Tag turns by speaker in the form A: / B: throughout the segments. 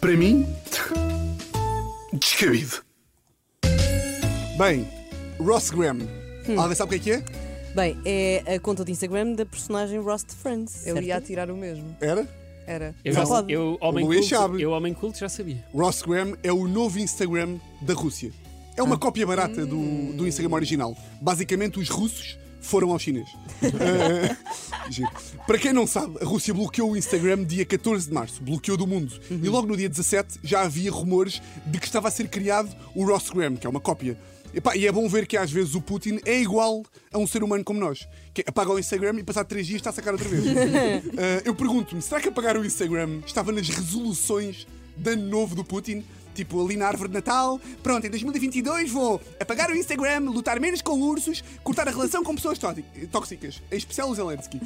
A: Para mim, descabido.
B: Bem, Ross Graham. Alguém sabe o que é que
C: Bem, é a conta de Instagram da personagem Ross de Friends.
D: Eu
C: certo?
D: ia tirar o mesmo.
B: é? Era?
D: Era.
E: Eu,
C: Só
E: já-
C: pode.
E: eu, homem
B: O Luís
E: culto,
B: sabe.
E: eu, homem culto, já sabia.
B: Ross Graham é o novo Instagram da Rússia. É uma cópia barata do, do Instagram original. Basicamente, os russos foram ao chinês. Eh, giro. Para quem não sabe, a Rússia bloqueou o Instagram dia 14 de março, bloqueou do mundo. E logo no dia 17 já havia rumores de que estava a ser criado o Ross Graham, que é uma cópia. Epá, e é bom ver que às vezes o Putin é igual a um ser humano como nós, que é, apaga o Instagram e passar três dias está a sacar outra vez. Ah, eu pergunto-me, será que apagar o Instagram estava nas resoluções de ano novo do Putin? Tipo, ali na árvore de Natal, pronto, em 2022 vou apagar o Instagram, lutar menos com ursos, cortar a relação com pessoas tó- tóxicas, em especial o Zelensky.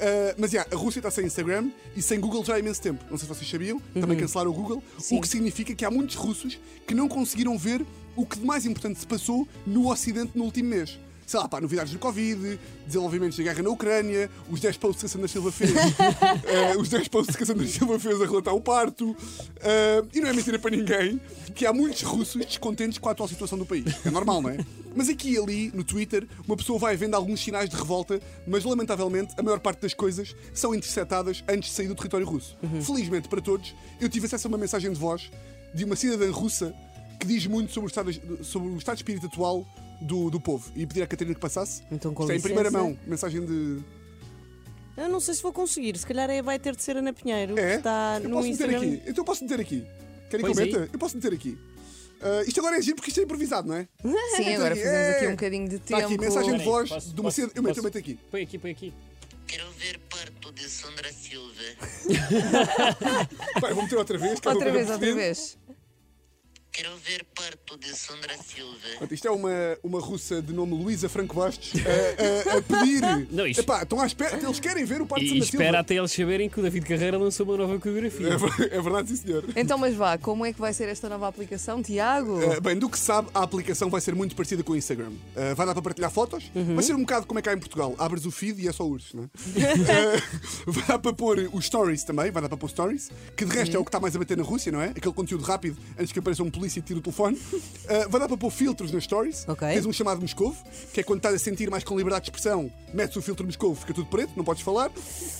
B: Ah, mas, já, a Rússia está sem Instagram e sem Google já há imenso tempo. Não sei se vocês sabiam, também cancelaram o Google, o que significa que há muitos russos que não conseguiram ver o que de mais importante se passou no Ocidente no último mês. Sei lá, pá, novidades do Covid, desenvolvimentos da guerra na Ucrânia, os 10 posts que a Sandra Silva fez, eh, os 10 posts que a Sandra Silva fez a relatar o parto. eh, e não é mentira para ninguém que há muitos russos descontentes com a atual situação do país. É normal, não é? Mas aqui e ali, no Twitter, uma pessoa vai vendo alguns sinais de revolta, mas lamentavelmente a maior parte das coisas são interceptadas antes de sair do território russo. Felizmente para todos, eu tive acesso a uma mensagem de voz de uma cidadã russa que diz muito sobre o estado, sobre o estado de espírito atual do, do povo. E pedir à Catarina que passasse.
C: Então, com
B: Isto é em
C: licença.
B: primeira mão, mensagem de.
C: Eu não sei se vou conseguir. Se calhar é, vai ter de ser Ana Pinheiro.
B: É?
C: que está
B: eu
C: no
B: posso meter
C: Instagram.
B: aqui. Então eu posso meter aqui. Querem
E: Pois é.
B: que eu meta?
E: aí.
B: Eu posso meter aqui. Ah, isto agora é giro porque isto é improvisado, não é?
D: Sim, agora fazemos aqui um bocadinho de
B: Está
D: tempo.
B: é. Tá aqui, mensagem de
E: Peraí,
B: voz
E: posso-
B: de uma
E: posso-
B: cidadã. Eu meto, eu
E: posso-
B: meto aqui.
E: Põe aqui, põe aqui.
F: Quero ver parto de Sandra Silva.
B: Pai, vou meter outra vez. que é
D: Outra
B: uma
D: vez,
B: coisa
D: outra
B: pertinente.
D: vez.
F: Quero ver parto de Sandra Silva.
B: Portanto, Isto é uma, uma russa de nome Luísa Franco Bastos a, a- a pedir.
E: Não, isto-
B: Epá, estão à espera. Eles querem ver o Parto
E: E,
B: de Santa
E: espera até eles saberem que o David Carreira lançou uma nova coreografia.
B: Silva. É verdade, sim, senhor.
D: Então, mas vá, como é que vai ser esta nova aplicação, Tiago?
E: Uhum.
B: Uh, bem, do que se sabe, a aplicação vai ser muito parecida com o Instagram. Uh, vai dar para partilhar fotos,
E: Uhum.
B: vai ser um bocado como é cá em Portugal. Abres o feed e é só ursos, não é? Uh, vai dar para pôr os stories também, vai dar para pôr stories, que de
E: Uhum.
B: resto é o que está mais a bater na Rússia, não é? Aquele conteúdo rápido antes que apareça um polícia e tire o telefone. Uh, vai dar para pôr filtros nas stories.
C: Ok.
B: Tens um chamado Moscovo, que é quando estás a sentir mais com liberdade de expressão, metes o filtro Moscovo, fica tudo preto, não podes falar.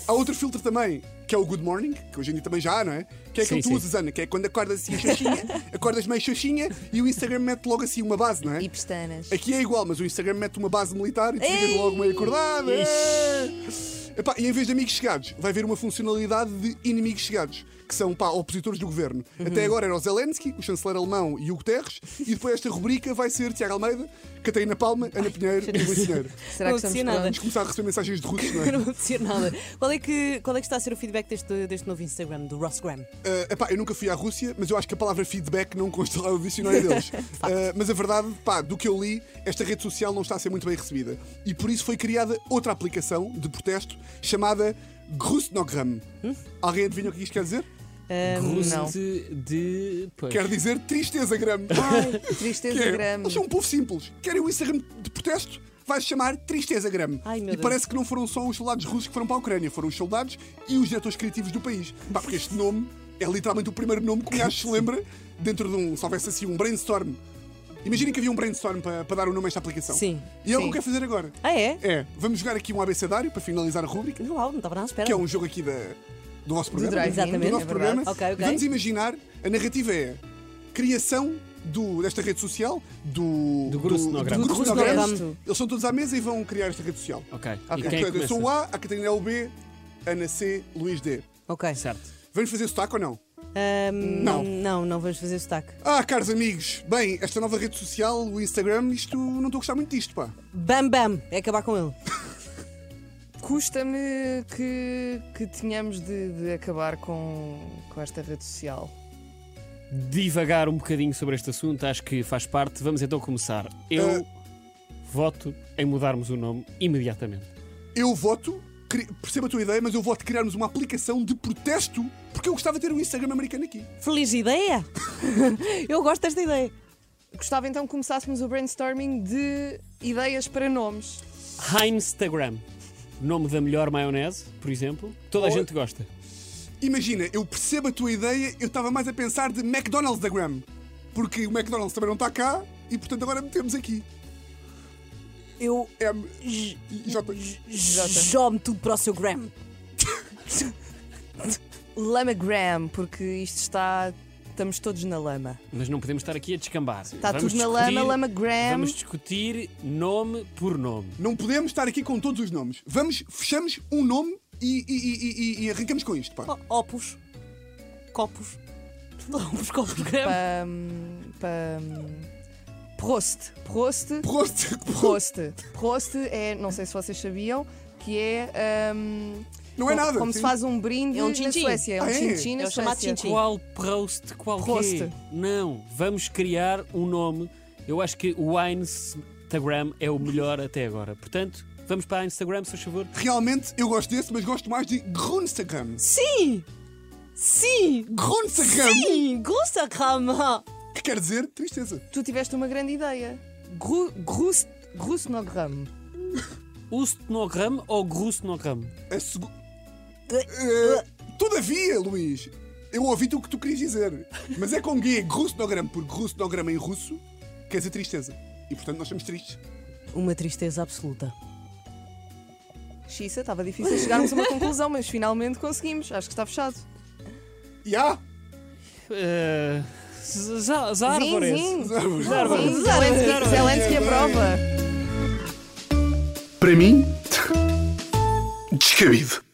B: Há outro filtro também, que é o Good Morning, que hoje em dia também já há, não é? Que é aquele que
E: Sim,
B: tu
E: sim.
B: usas, Ana, que é quando acordas assim xoxinha, acordas meio xoxinha e o Instagram mete logo assim uma base, não é?
D: E pestanas.
B: Aqui é igual, mas o Instagram mete uma base militar e tu ficas
C: Ei!
B: logo meio acordado.
E: Ixi.
B: É. Epá, e em vez de amigos chegados, vai haver uma funcionalidade de inimigos chegados, que são pá, opositores do governo.
D: Uhum.
B: Até agora era o Zelensky, o chanceler alemão e o Guterres, e depois esta rubrica vai ser Tiago Almeida, Catarina Palma, Ana Pinheiro e Luís Pinheiro.
D: Será
C: Não
D: que estamos
C: acontecia nada.
B: Vamos começar a receber mensagens de russos, não é?
C: Eu não vou dizer nada. Qual é, que, qual é que está a ser o feedback deste, deste novo Instagram, do Ross Graham?
B: Uh, epá, eu nunca fui à Rússia, mas eu acho que a palavra feedback não consta lá no dicionário deles. Uh, mas a verdade, pá, do que eu li, esta rede social não está a ser muito bem recebida. E por isso foi criada outra aplicação de protesto chamada Grusnogram. Alguém adivinha o que isto quer dizer?
E: Russo
D: não.
E: de. de pois.
B: Quer dizer tristezagram. Que
D: Tristeza
B: é,
D: grande.
B: Eles são um povo simples. Querem o Instagram de protesto? Vai-se chamar Tristezagram.
C: Ai, meu
B: e
C: Deus.
B: parece que não foram só os soldados russos que foram para a Ucrânia, foram os soldados e os diretores criativos do país. Pá, porque este nome é literalmente o primeiro nome que o gajo se lembra dentro de um. se houvesse assim um brainstorm. Imaginem que havia um brainstorm para, para dar o nome a esta aplicação.
C: Sim,
B: E é o que
C: sim.
B: eu quero fazer agora.
C: Ah, é?
B: É, vamos jogar aqui um abecedário para finalizar a rúbrica,
C: Não, não estava nada à espera.
B: que é um jogo aqui da, do nosso programa.
D: drive-in,
B: do
C: Exatamente,
B: nosso
D: é verdade.
B: programa.
C: Ok, ok.
B: E Vamos imaginar, a narrativa é criação do- desta rede social do.
E: Do Grusnogram.
B: do
C: Do
B: Grusnogram.
C: Grusnogram.
B: Eles são todos à mesa e vão criar esta rede social.
E: Ok.
B: E,
E: E quem é
B: portanto,
E: que
B: eu sou o
E: começa?
B: A, a Catarina é o B, Ana C, Luís D.
C: Ok.
E: Certo.
B: Vamos fazer sotaque ou não?
C: Ahm,
B: Não.
C: Não, não vamos fazer sotaque.
B: Ah, caros amigos, bem, esta nova rede social, o Instagram, isto não estou a gostar muito disto, pá.
C: Bam Bam, é acabar com ele.
D: Custa-me que, que tenhamos de, de acabar com, com esta rede social.
E: Divagar um bocadinho sobre este assunto, acho que faz parte. Vamos então começar.
B: Eh.
E: Eu voto em mudarmos o nome imediatamente.
B: Eu voto, cri- percebo a tua ideia, mas eu voto criarmos uma aplicação de protesto porque eu gostava de ter um Instagram americano aqui.
C: Feliz ideia! Eu gosto desta ideia.
D: Gostava então que começássemos o brainstorming de ideias para nomes.
E: Heinstagram. Nome da melhor maionese, por exemplo. Toda a
B: Ou-
E: gente gosta.
B: Imagina, eu percebo a tua ideia, eu estava mais a pensar de McDonald's da Graham. Porque o McDonald's também não está cá e portanto agora metemos aqui.
C: Eu
B: M. J.
C: jome tudo para o seu gram.
D: Lamagram, porque isto está. Estamos todos na lama.
E: Mas não podemos estar aqui a descambar.
D: Está tudo na lama, lamagram.
E: Vamos discutir nome por nome.
B: Não podemos estar aqui com todos os nomes. Vamos, fechamos um nome e, e- e- e- e arrancamos com isto, pá.
D: Oh.
C: Ó- Opus. Copos. Opus, copos, gram.
D: Para. para. Prost. Prost.
B: Prost.
D: Prost. Prost é, não sei se vocês sabiam, que é. hum,
B: Não é
D: co-
B: nada.
D: Como se
B: sim.
D: faz um brinde
C: É um
D: na
C: chin-chin.
D: Suécia. É um
B: Ah, é?
D: chin-chin
C: É
D: na
C: o chamado
D: Suécia.
C: chin-chin. Sim.
E: Qual prost? Qual quê?
D: Prost.
E: Não, vamos criar um nome. Eu acho que o Instagram é o melhor até agora. Portanto, vamos para a Instagram, se faz favor.
B: Realmente eu gosto desse, mas gosto mais de Grunstagram.
C: Sim! Sim!
B: Grunstagram!
C: Sim! Gosta, Rama!
B: Que quer dizer tristeza.
D: Tu tiveste uma grande ideia. Gru, grus, grusnogram.
E: Ustnogram ou Grusnogram?
B: A É segu... Eh, todavia, Luís, eu ouvi-te o que tu querias dizer. Mas é com G, Grunstagram, porque Grunstagram em russo quer dizer tristeza. E portanto nós estamos tristes.
C: Uma tristeza absoluta.
D: Xissa, estava difícil chegarmos a uma conclusão, mas finalmente conseguimos. Acho que está fechado.
B: E há.
E: Eh, z- za- Zárvores.
D: Sim, sim.
B: Vamos lá.
D: Sim, Zelensky, Zelensky aprova.
A: Para mim, descabido.